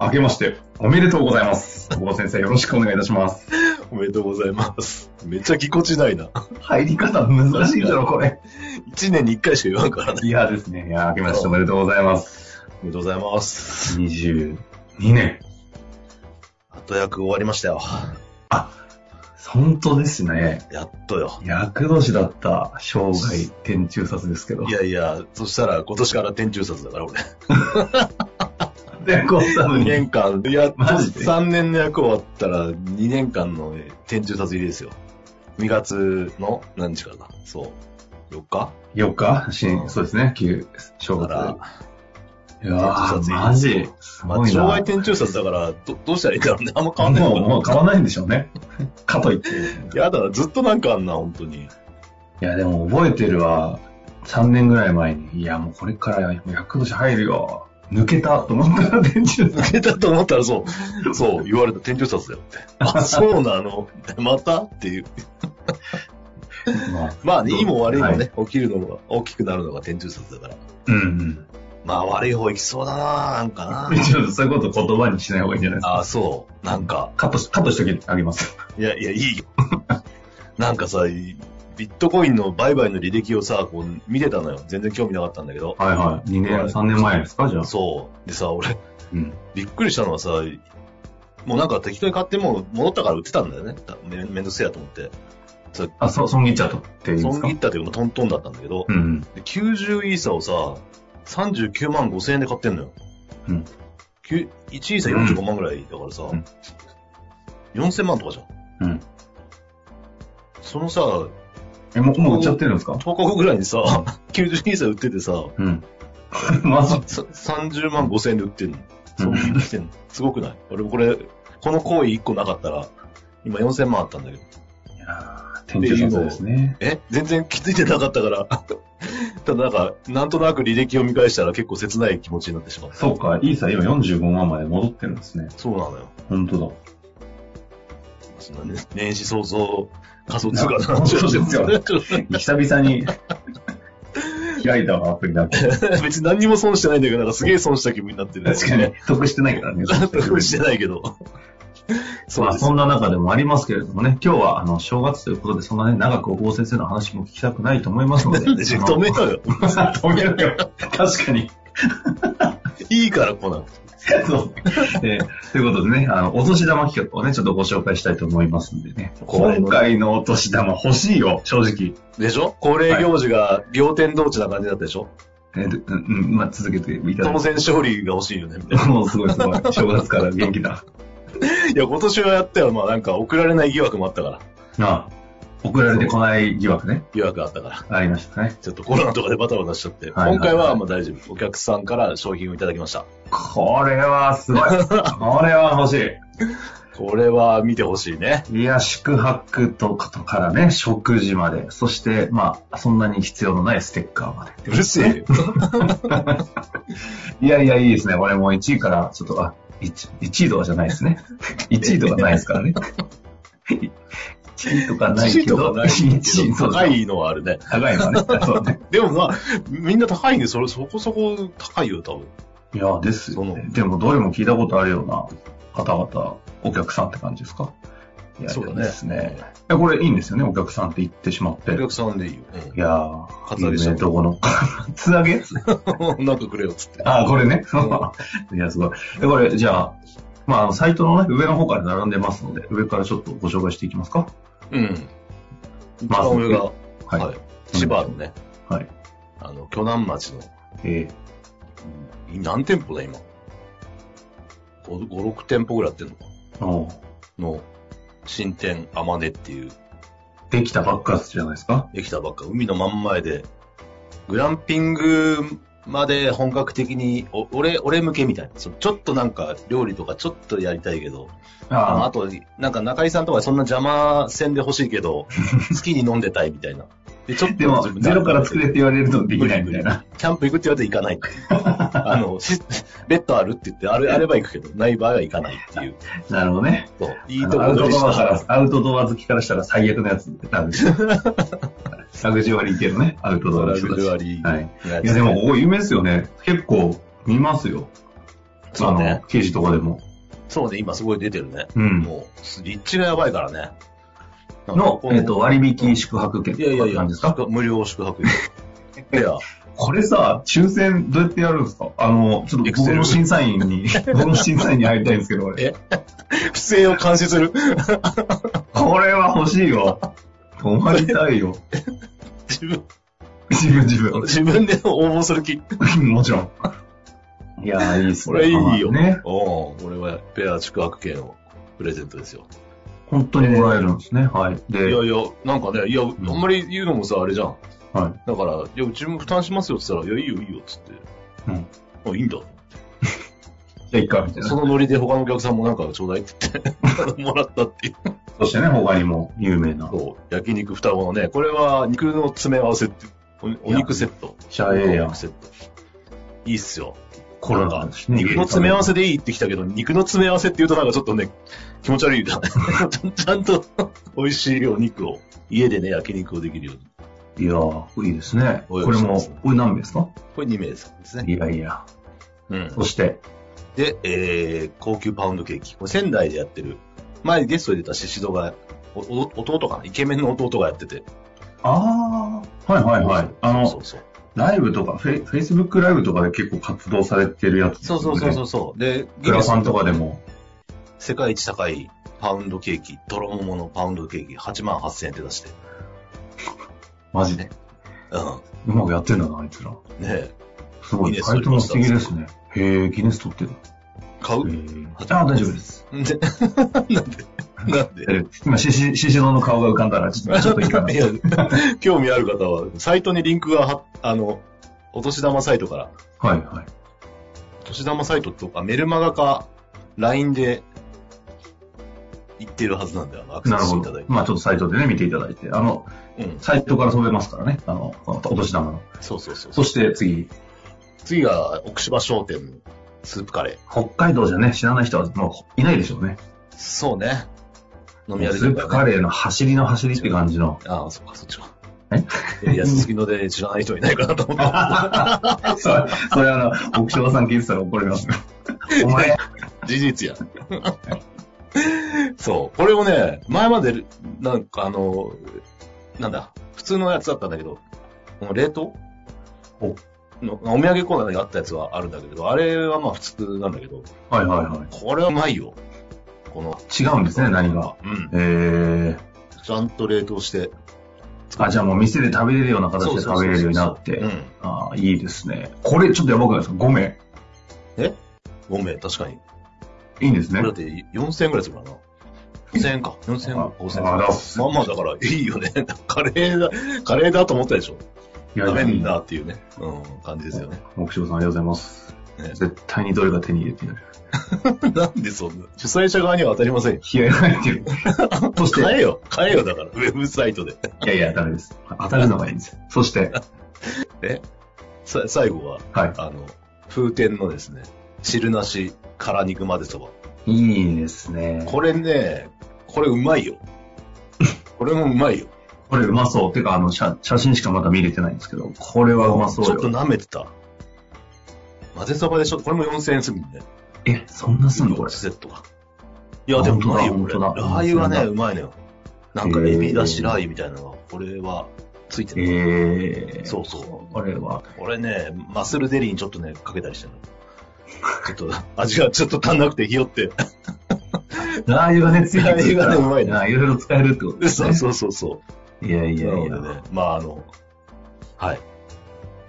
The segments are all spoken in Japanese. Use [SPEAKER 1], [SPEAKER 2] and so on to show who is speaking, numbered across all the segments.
[SPEAKER 1] 明けましておめでとうございます。久保先生よろしくお願いいたします。
[SPEAKER 2] おめでとうございます。めっちゃぎこちないな。
[SPEAKER 1] 入り方難しいだろ、これ。
[SPEAKER 2] 一年に一回しか言わんからね。
[SPEAKER 1] いやですね。いや、明けましておめでとうございます。
[SPEAKER 2] おめでとうございます。
[SPEAKER 1] 22年。
[SPEAKER 2] 後役終わりましたよ。
[SPEAKER 1] 本当ですね。
[SPEAKER 2] やっとよ。
[SPEAKER 1] 厄年だった生涯天中殺ですけど。
[SPEAKER 2] いやいや、そしたら今年から天中殺だから俺。
[SPEAKER 1] で、こうしたの
[SPEAKER 2] 2
[SPEAKER 1] に。
[SPEAKER 2] 年間、やっと
[SPEAKER 1] マジで
[SPEAKER 2] 3年の役終わったら2年間のね天中殺入りですよ。2月の何日からだそう。4日
[SPEAKER 1] 4日新、そうですね。旧正月。
[SPEAKER 2] だか
[SPEAKER 1] いやー、マジ。す
[SPEAKER 2] ら、ま
[SPEAKER 1] ご
[SPEAKER 2] あ、
[SPEAKER 1] い
[SPEAKER 2] 障害
[SPEAKER 1] な。
[SPEAKER 2] 天中殺だからど、どうしたらいいんだろうね。あんま変わんない
[SPEAKER 1] もう、
[SPEAKER 2] のかな
[SPEAKER 1] もう買わないんでしょうね。かといって。い
[SPEAKER 2] やだ、ずっとなんかあんな、本当に。
[SPEAKER 1] や、でも覚えてるわ。3年ぐらい前に。いや、もうこれから厄年入るよ。抜けたと思ったら天中殺。
[SPEAKER 2] 抜けたと思ったらそう、そう、言われた天井札だよって。あ、そうなのまたっていう。
[SPEAKER 1] まあ、
[SPEAKER 2] まあ、ね、いいも悪いも
[SPEAKER 1] は
[SPEAKER 2] ね、起きるのが、大きくなるのが天井札だから。
[SPEAKER 1] うん
[SPEAKER 2] まあ、悪い方行きそうだななんかな
[SPEAKER 1] うん。ちょっとそういうこと言葉にしない方がいいんじゃないです か。
[SPEAKER 2] あ、そう。なんか、
[SPEAKER 1] カットし、カットしときあげます。
[SPEAKER 2] いや、いや、いいよ。なんかさ、ビットコインの売買の履歴をさ、こう見てたのよ。全然興味なかったんだけど。
[SPEAKER 1] はいはい。2年、3年前ですかじゃあ。
[SPEAKER 2] そう。でさ、俺、
[SPEAKER 1] うん。
[SPEAKER 2] びっくりしたのはさ、もうなんか適当に買っても戻ったから売ってたんだよね。めめんどくせえやと思って。
[SPEAKER 1] あ、そ、損切っちゃったっていうんで
[SPEAKER 2] 損
[SPEAKER 1] すか
[SPEAKER 2] 切ったというかトントンだったんだけど、
[SPEAKER 1] うん。
[SPEAKER 2] で90イーサをさ、39万5千円で買ってんのよ。
[SPEAKER 1] うん
[SPEAKER 2] きゅ1イーサ45万ぐらいだからさ、
[SPEAKER 1] うん
[SPEAKER 2] 4000万とかじゃん。
[SPEAKER 1] うん
[SPEAKER 2] そのさ、10
[SPEAKER 1] え、もう、もう売っちゃってるんですか
[SPEAKER 2] 日後ぐらいにさ、90イーサ 売っててさ、
[SPEAKER 1] うん。マジ
[SPEAKER 2] さ30万5千円で売ってんの。
[SPEAKER 1] う
[SPEAKER 2] そ
[SPEAKER 1] ん
[SPEAKER 2] うしてんの。すごくない俺もこれ、この行為1個なかったら、今4000万あったんだけど。
[SPEAKER 1] いやー天中殺ですね。
[SPEAKER 2] え全然気づいてなかったから。 ただなんか、なんとなく履歴を見返したら結構切ない気持ちになってしまった。
[SPEAKER 1] そうか、イーサ今45万まで戻ってるんですね。
[SPEAKER 2] そうなのよ。
[SPEAKER 1] 本当だ。
[SPEAKER 2] そんなね、年始早々、仮想通貨の話を
[SPEAKER 1] そう
[SPEAKER 2] し て
[SPEAKER 1] 久々に開いたわ、アプリだって。
[SPEAKER 2] ます。 別に何にも損してないんだけど、なんかすげえ損した気分になってる、
[SPEAKER 1] 確 かに。。得してないからね。
[SPEAKER 2] 得してないけど。そう
[SPEAKER 1] ま
[SPEAKER 2] で
[SPEAKER 1] あ
[SPEAKER 2] す。
[SPEAKER 1] そんな中でもありますけれどもね、今日はあの正月ということで、そんなね、長く大久保先生の話も聞きたくないと思いますので、
[SPEAKER 2] 止めろよ。
[SPEAKER 1] あの止めるよ。 確かに。
[SPEAKER 2] いいから来なくて。
[SPEAKER 1] そうえーということでね、あの、お年玉企画をね、ちょっとご紹介したいと思いますんでね。
[SPEAKER 2] 怖い
[SPEAKER 1] 今回のお年玉欲しいよ、正直。
[SPEAKER 2] でしょ恒例行事が仰天同地な感じだったでしょ、
[SPEAKER 1] えーとうんうん、まあ続けていただ
[SPEAKER 2] 当
[SPEAKER 1] い
[SPEAKER 2] 然勝利が欲しいよね、み たい
[SPEAKER 1] て。もうすごいすごい。正月から元気だ。
[SPEAKER 2] な。いや、今年はやったよ。まあなんか送られない疑惑もあったから。
[SPEAKER 1] ああ送られてこない疑惑ね。
[SPEAKER 2] 疑惑あったから。
[SPEAKER 1] ありましたね。
[SPEAKER 2] ちょっとコロナとかでバタバタしちゃって。
[SPEAKER 1] はいはい
[SPEAKER 2] 今回はまあ大丈夫。お客さんから商品をいただきました。
[SPEAKER 1] これはすごい。これは欲しい。
[SPEAKER 2] これは見てほしいね。
[SPEAKER 1] いや、宿泊とかとからね、食事まで、そして、まあ、そんなに必要のないステッカーまで。
[SPEAKER 2] うるせ えよ。
[SPEAKER 1] いやいや、いいですね。これもう1位から、ちょっと、あ、1, 1位とかじゃないですね。1位とか ないですからね。1位とかないけ
[SPEAKER 2] 1位とか
[SPEAKER 1] ど、
[SPEAKER 2] ないけ
[SPEAKER 1] 1位、
[SPEAKER 2] ど
[SPEAKER 1] そう
[SPEAKER 2] 高
[SPEAKER 1] ですね
[SPEAKER 2] いのはあるね。
[SPEAKER 1] 高いのはね。そうね。
[SPEAKER 2] でもまあ、みんな高いね。それそこそこ高いよ、多分。
[SPEAKER 1] いや、ですよ、ね。でも、どれも聞いたことあるような方々、お客さんって感じですかいや、
[SPEAKER 2] そうだ
[SPEAKER 1] でも
[SPEAKER 2] ね
[SPEAKER 1] ですね。えこれいいんですよね、お客さんって言ってしまって。
[SPEAKER 2] お
[SPEAKER 1] い
[SPEAKER 2] 客さんでいいよ。
[SPEAKER 1] やー、
[SPEAKER 2] カツアゲした
[SPEAKER 1] いいねどこの、 つなげ
[SPEAKER 2] うん なんかくれよ、つって。
[SPEAKER 1] あ、これね。 いや、すごい。で、これ、じゃあ、まああの、サイトのね、上の方から並んでますので、上からちょっとご紹介していきますか。
[SPEAKER 2] うん。一
[SPEAKER 1] まあ
[SPEAKER 2] 番上が、は
[SPEAKER 1] はい。
[SPEAKER 2] い。千葉のね、
[SPEAKER 1] はい。
[SPEAKER 2] あの、鋸南町の、
[SPEAKER 1] え
[SPEAKER 2] い何店舗だ、今。5、6店舗ぐらいやってんのか
[SPEAKER 1] ー、おう
[SPEAKER 2] の、新店、アマネっていう、
[SPEAKER 1] できたばっかじゃないですか。
[SPEAKER 2] できたばっか、海の真ん前で、グランピングまで本格的に、お俺、俺向けみたいな。そのちょっとなんか料理とかちょっとやりたいけど、あのあ
[SPEAKER 1] あ
[SPEAKER 2] と、なんか中井さんとかそんな邪魔せんでほしいけ ど、好きに飲んでたいみたいな。で、ちょっ
[SPEAKER 1] あ。でも、ゼロから作れって言われるとできないみたいな。。
[SPEAKER 2] キャンプ行くって言われて行かないっていうあの、しベッドあるって言って、あれあれば行くけど、ない場合は行かないっていう。
[SPEAKER 1] なるほどね。
[SPEAKER 2] そういい
[SPEAKER 1] あ
[SPEAKER 2] とこ
[SPEAKER 1] のアウト
[SPEAKER 2] 取りし
[SPEAKER 1] ドアか
[SPEAKER 2] た。
[SPEAKER 1] ら、アウトドア好きからしたら最悪のやつなんですよ ラグジュアリー系のね、アウトドアの
[SPEAKER 2] ラ
[SPEAKER 1] 人
[SPEAKER 2] グ
[SPEAKER 1] た
[SPEAKER 2] ジ
[SPEAKER 1] ち
[SPEAKER 2] ュアリー。
[SPEAKER 1] はい。いや、でも、ここ有名ですよね。結構、見ますよ。
[SPEAKER 2] そう
[SPEAKER 1] あ
[SPEAKER 2] ね
[SPEAKER 1] の、記事とかでも。
[SPEAKER 2] そうね、今すごい出てるね。
[SPEAKER 1] うん
[SPEAKER 2] もう、立地がやばいからね。なんか
[SPEAKER 1] の
[SPEAKER 2] こ、こ
[SPEAKER 1] えっと、割引宿泊券
[SPEAKER 2] いやいやい
[SPEAKER 1] な
[SPEAKER 2] や
[SPEAKER 1] んですか、
[SPEAKER 2] 無料宿泊。いや、
[SPEAKER 1] これさ、抽選どうやってやるんですかあの、ちょっと
[SPEAKER 2] Excel
[SPEAKER 1] 僕の審査員 に、僕の審査員に入りたいんですけど、俺
[SPEAKER 2] え不正を監視する。
[SPEAKER 1] これは欲しいよ。泊まりたいよ。
[SPEAKER 2] 自分、
[SPEAKER 1] 自分自分。
[SPEAKER 2] 自分で応募する気。
[SPEAKER 1] もちろん。いやー、いいっす
[SPEAKER 2] これいいよ。
[SPEAKER 1] ね。
[SPEAKER 2] おうん。俺はペア宿泊券をプレゼントですよ。
[SPEAKER 1] 本当にもらえるんですね。はい。
[SPEAKER 2] いや
[SPEAKER 1] で、
[SPEAKER 2] いや、なんかね、いや、あんまり言うのもさ、あれじゃん。
[SPEAKER 1] は
[SPEAKER 2] だから、いや、うちも負担しますよって言ったら、いや、いいよ、いいよ、っつって。
[SPEAKER 1] うん
[SPEAKER 2] あ、いいんだ。
[SPEAKER 1] い。じゃあ、いっか、みたい
[SPEAKER 2] そ
[SPEAKER 1] な。
[SPEAKER 2] のノリで他のお客さんもなんかちょうだいって言って、 もらったっていう。
[SPEAKER 1] そしてね、他にも有名な。
[SPEAKER 2] そう、焼肉双子のね、これは肉の詰め合わせって、おお肉セット。
[SPEAKER 1] シャエ
[SPEAKER 2] お
[SPEAKER 1] や
[SPEAKER 2] 肉セット。いいっすよ。
[SPEAKER 1] コロナですね。
[SPEAKER 2] 肉の詰め合わせでいいってきたけど、肉の詰め合わせって言うとなんかちょっとね、気持ち悪い じゃん。ちゃんと美味しいお肉を、家でね、焼肉をできるように。
[SPEAKER 1] いやー、いいですね。
[SPEAKER 2] お
[SPEAKER 1] こ
[SPEAKER 2] 呼び
[SPEAKER 1] れ
[SPEAKER 2] しま
[SPEAKER 1] も
[SPEAKER 2] す、
[SPEAKER 1] これ何名ですか
[SPEAKER 2] これ2名さんですね。
[SPEAKER 1] いやいや。
[SPEAKER 2] うん。
[SPEAKER 1] そして、
[SPEAKER 2] で、えー、高級パウンドケーキ。これ仙台でやってる。前ゲストで出たシシドが、おお弟かなイケメンの弟がやってて。
[SPEAKER 1] ああ、はいはいはい。あ
[SPEAKER 2] そ
[SPEAKER 1] の、
[SPEAKER 2] うそう
[SPEAKER 1] ライブとか、フェイフェイスブックライブとかで結構活動されてるやつ、。
[SPEAKER 2] そうそうそうそううそう。で、
[SPEAKER 1] グラさんとか
[SPEAKER 2] で。
[SPEAKER 1] でも。
[SPEAKER 2] 世界一高いパウンドケーキ、とろもものパウンドケーキ、8万8000円って出して。
[SPEAKER 1] マジで。
[SPEAKER 2] う
[SPEAKER 1] うまくやってんだな、あいつら。
[SPEAKER 2] ん。ねえ
[SPEAKER 1] すごい。
[SPEAKER 2] ギネス
[SPEAKER 1] サイトも素敵ですね。へえ、ギネス取ってた。
[SPEAKER 2] 買 う、
[SPEAKER 1] へ
[SPEAKER 2] ん、
[SPEAKER 1] ーああ、大丈夫です。
[SPEAKER 2] で、なんで なんで
[SPEAKER 1] え今、シシシシドの顔が浮かんだら、ちょっ と、ちょっといいかな。
[SPEAKER 2] いや、興味ある方は、サイトにリンクがは、あの、お年玉サイトから、
[SPEAKER 1] はいはい。
[SPEAKER 2] お年玉サイトとか、メルマガか、LINE で、行ってるはずなんで、あの、アクセ
[SPEAKER 1] な
[SPEAKER 2] ス
[SPEAKER 1] るほ
[SPEAKER 2] していただ
[SPEAKER 1] ど
[SPEAKER 2] い。て。
[SPEAKER 1] まあ、ちょっとサイトでね、見ていただいて。あの、
[SPEAKER 2] うん、
[SPEAKER 1] サイトから飛べますからね。あの、このお年玉の。
[SPEAKER 2] そうそうそう。
[SPEAKER 1] そして次、
[SPEAKER 2] 次が、奥芝商店のスープカレー。
[SPEAKER 1] 北海道じゃね、知らない人はもういないでしょうね。
[SPEAKER 2] そうね。飲み屋で、
[SPEAKER 1] スープカレーの走りの走りって感じの。
[SPEAKER 2] ああ、そっか、そっちか。
[SPEAKER 1] え
[SPEAKER 2] え安すぎので知らない人いないかなと思った。
[SPEAKER 1] それ、それあの、奥島さん聞いてたら怒りますよ。お 前、
[SPEAKER 2] 事実や。そう。これをね、前まで、なんかあの、なんだ、普通のやつだったんだけど、この冷凍
[SPEAKER 1] お
[SPEAKER 2] のお土産コーナーにあったやつはあるんだけど、あれはまあ普通なんだけど、
[SPEAKER 1] はいはいは
[SPEAKER 2] これはうまいよ。この、
[SPEAKER 1] い。違うんですね、何が。
[SPEAKER 2] うん。
[SPEAKER 1] えー、
[SPEAKER 2] ちゃんと冷凍して。
[SPEAKER 1] あ、じゃあもう店で食べれるような形で食べれるようになっ
[SPEAKER 2] う
[SPEAKER 1] て。
[SPEAKER 2] ん。
[SPEAKER 1] あーいいですね。これちょっとやばくないですか ?5 名。
[SPEAKER 2] ごめん、確かに。
[SPEAKER 1] いいんです
[SPEAKER 2] こ
[SPEAKER 1] ね
[SPEAKER 2] れだ。って4000円ぐらいするからな。4000円か。4000円
[SPEAKER 1] あ
[SPEAKER 2] か。5000円
[SPEAKER 1] あだ
[SPEAKER 2] か。まあまあだから、いいよね。カレーだ、カレーだと思ったでしょ。
[SPEAKER 1] い
[SPEAKER 2] 食べん
[SPEAKER 1] だ。
[SPEAKER 2] だっていうね、うん、感じですよね。
[SPEAKER 1] 奥島さんありがとうございます。
[SPEAKER 2] ね
[SPEAKER 1] 絶対にどれか手に入れてやる。
[SPEAKER 2] なんでそんな。主催者側には当たりませんよ。
[SPEAKER 1] 気合が入ってる。 そして、
[SPEAKER 2] 買えよ。買えよだから、ウェブサイトで。
[SPEAKER 1] いやいや、ダメです。当たるのがいいんですよ。そして、
[SPEAKER 2] さ最後は、
[SPEAKER 1] はい。
[SPEAKER 2] あの、風天のですね、汁なし辛肉まぜそば。
[SPEAKER 1] いいですね。
[SPEAKER 2] これね、これうま いよ。これもうまいよ。
[SPEAKER 1] これうまそう。てか、あの、写写真しかまだ見れてないんですけど、これはうまそう
[SPEAKER 2] ちょっ
[SPEAKER 1] よ。
[SPEAKER 2] と舐めてた。混ぜそばでしょこれも4000円するんだよ。
[SPEAKER 1] え、そんなすんのこ
[SPEAKER 2] 4
[SPEAKER 1] れ。
[SPEAKER 2] セットが。いや、でもうまいよ、こ
[SPEAKER 1] 本
[SPEAKER 2] れ。
[SPEAKER 1] 当だ
[SPEAKER 2] ラ
[SPEAKER 1] 本当だ
[SPEAKER 2] ー油はね、
[SPEAKER 1] 本当だ
[SPEAKER 2] うまいのよ。なんか、
[SPEAKER 1] へー
[SPEAKER 2] エビだしラー油みたいなのが、これは、ついてる。
[SPEAKER 1] えー、
[SPEAKER 2] そうそう
[SPEAKER 1] これは、
[SPEAKER 2] 俺ね、マッスルデリーにちょっとね、かけたりしてるの。ちょっと、味がちょっと足んなくて、ひよ って。
[SPEAKER 1] ラー油がね、ついてくるから。
[SPEAKER 2] ラー油がねうまいね
[SPEAKER 1] あいろいろ使えるってことです
[SPEAKER 2] そ
[SPEAKER 1] ね
[SPEAKER 2] う。そうそうそ。
[SPEAKER 1] いやいうやい
[SPEAKER 2] なので
[SPEAKER 1] や。
[SPEAKER 2] ね、まああの、はい。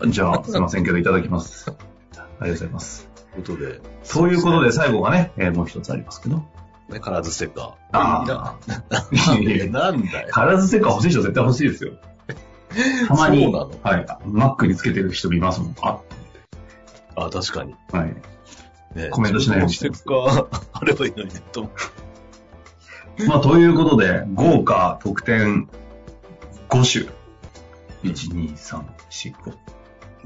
[SPEAKER 1] じゃあ、すいませんけど、いただきます。ありがとうございます。
[SPEAKER 2] ということで、
[SPEAKER 1] そういうことで、最後がね、えーもう一つありますけど。
[SPEAKER 2] ね、カラーズステッカー。いら
[SPEAKER 1] ああ。いやいや、
[SPEAKER 2] なんだよ。
[SPEAKER 1] カラーズステッカー欲しい人絶対欲しいですよ。たまに、
[SPEAKER 2] そうなの
[SPEAKER 1] はい。マックにつけてる人いますもん。あ
[SPEAKER 2] あ、確かに。
[SPEAKER 1] はい。
[SPEAKER 2] ね
[SPEAKER 1] コメントしないように
[SPEAKER 2] ステッカー あればいいのにね、と思う
[SPEAKER 1] まあ、ということで、豪華特典5種。1、2、3、4、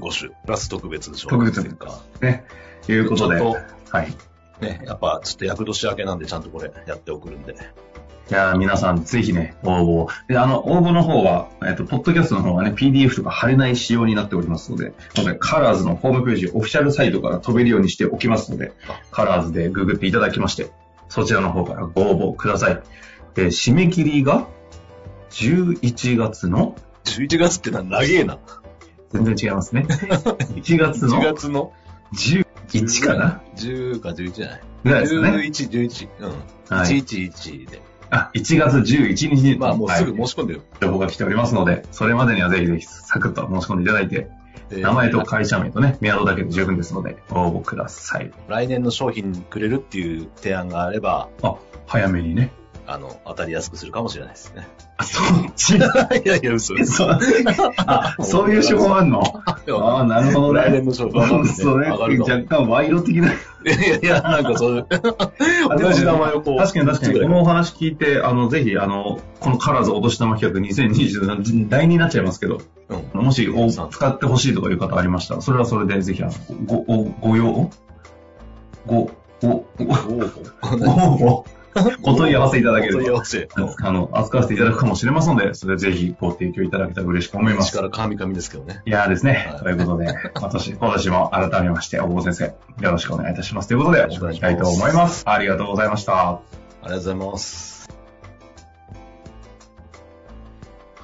[SPEAKER 1] 5。
[SPEAKER 2] 5種。プラス特別でしょ。
[SPEAKER 1] 特別
[SPEAKER 2] ステッカー。
[SPEAKER 1] ね。ということで、
[SPEAKER 2] ちょ
[SPEAKER 1] は
[SPEAKER 2] っ
[SPEAKER 1] い。
[SPEAKER 2] と、ね、やっぱ、ちょっと役年明けなんで、ちゃんとこれやって送るんで。
[SPEAKER 1] いやー皆さん、ぜひね、応募を。で、あの、応募の方は、えっ、と、ポッドキャストの方はね、PDF とか貼れない仕様になっておりますので、今回、カラーズのホームページ、オフィシャルサイトから飛べるようにしておきますので
[SPEAKER 2] あ、
[SPEAKER 1] カラーズでググっていただきまして、そちらの方からご応募ください。で、締め切りが、11月の、
[SPEAKER 2] 11月ってな、長えな。
[SPEAKER 1] 全然違い ますね。1月
[SPEAKER 2] 1
[SPEAKER 1] の
[SPEAKER 2] 月の
[SPEAKER 1] 11かな
[SPEAKER 2] ?10 か11じゃない。
[SPEAKER 1] ぐらいですかね。
[SPEAKER 2] 11、11。うん。
[SPEAKER 1] はい。
[SPEAKER 2] 111で。
[SPEAKER 1] あ、1月11日に、
[SPEAKER 2] まあ、もうすぐ
[SPEAKER 1] はい
[SPEAKER 2] 申し込んでよ。
[SPEAKER 1] 情報が来ておりますので、それまでにはぜひぜひ、サクッと申し込んでいただいて、
[SPEAKER 2] えー
[SPEAKER 1] 名前と会社名とね、メアドだけで十分ですので、ご応募ください。
[SPEAKER 2] 来年の商品くれるっていう提案があれば、
[SPEAKER 1] あ、早めに ね。
[SPEAKER 2] あの、当たりやすくするかもしれないです ね。
[SPEAKER 1] あ、そっちだ。
[SPEAKER 2] いやいや、嘘
[SPEAKER 1] そうあ、そういう手法あんのああ、なるほど
[SPEAKER 2] 来
[SPEAKER 1] ね
[SPEAKER 2] 年。の商品
[SPEAKER 1] そうそうね。
[SPEAKER 2] 上がるの
[SPEAKER 1] 若干賄賂的な。
[SPEAKER 2] いやいや、なんかそういう、同じ名前をこう。
[SPEAKER 1] 確かに確かに。
[SPEAKER 2] 違
[SPEAKER 1] こ
[SPEAKER 2] う
[SPEAKER 1] のお話聞いて、あの、ぜひ、あの、このカラーズお年玉企画2020来年になっちゃいますけど、
[SPEAKER 2] うん。
[SPEAKER 1] もしお使ってほしいとかいう方ありましたら、それはそれでぜひ、あのご、ご、ご用ご、ご、ご、ご、お問い合わせいただければ
[SPEAKER 2] お問い合わせ。
[SPEAKER 1] あの、扱わせていただくかもしれませんので、それぜひご提供いただけたら嬉しく思いま
[SPEAKER 2] 昔
[SPEAKER 1] す。
[SPEAKER 2] から神々ですけどね。
[SPEAKER 1] いやーですね
[SPEAKER 2] は。い
[SPEAKER 1] ということで、私、今年も改めまして、大久保先生、よろしくお願いいたします。ということで、お送りしたいと思います。ありがとうございました。
[SPEAKER 2] ありがとうございます。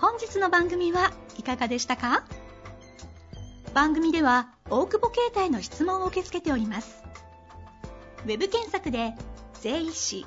[SPEAKER 3] 本日の番組はいかがでしたか番組では大久保携帯の質問を受け付けておりますウェブ検索で「税理士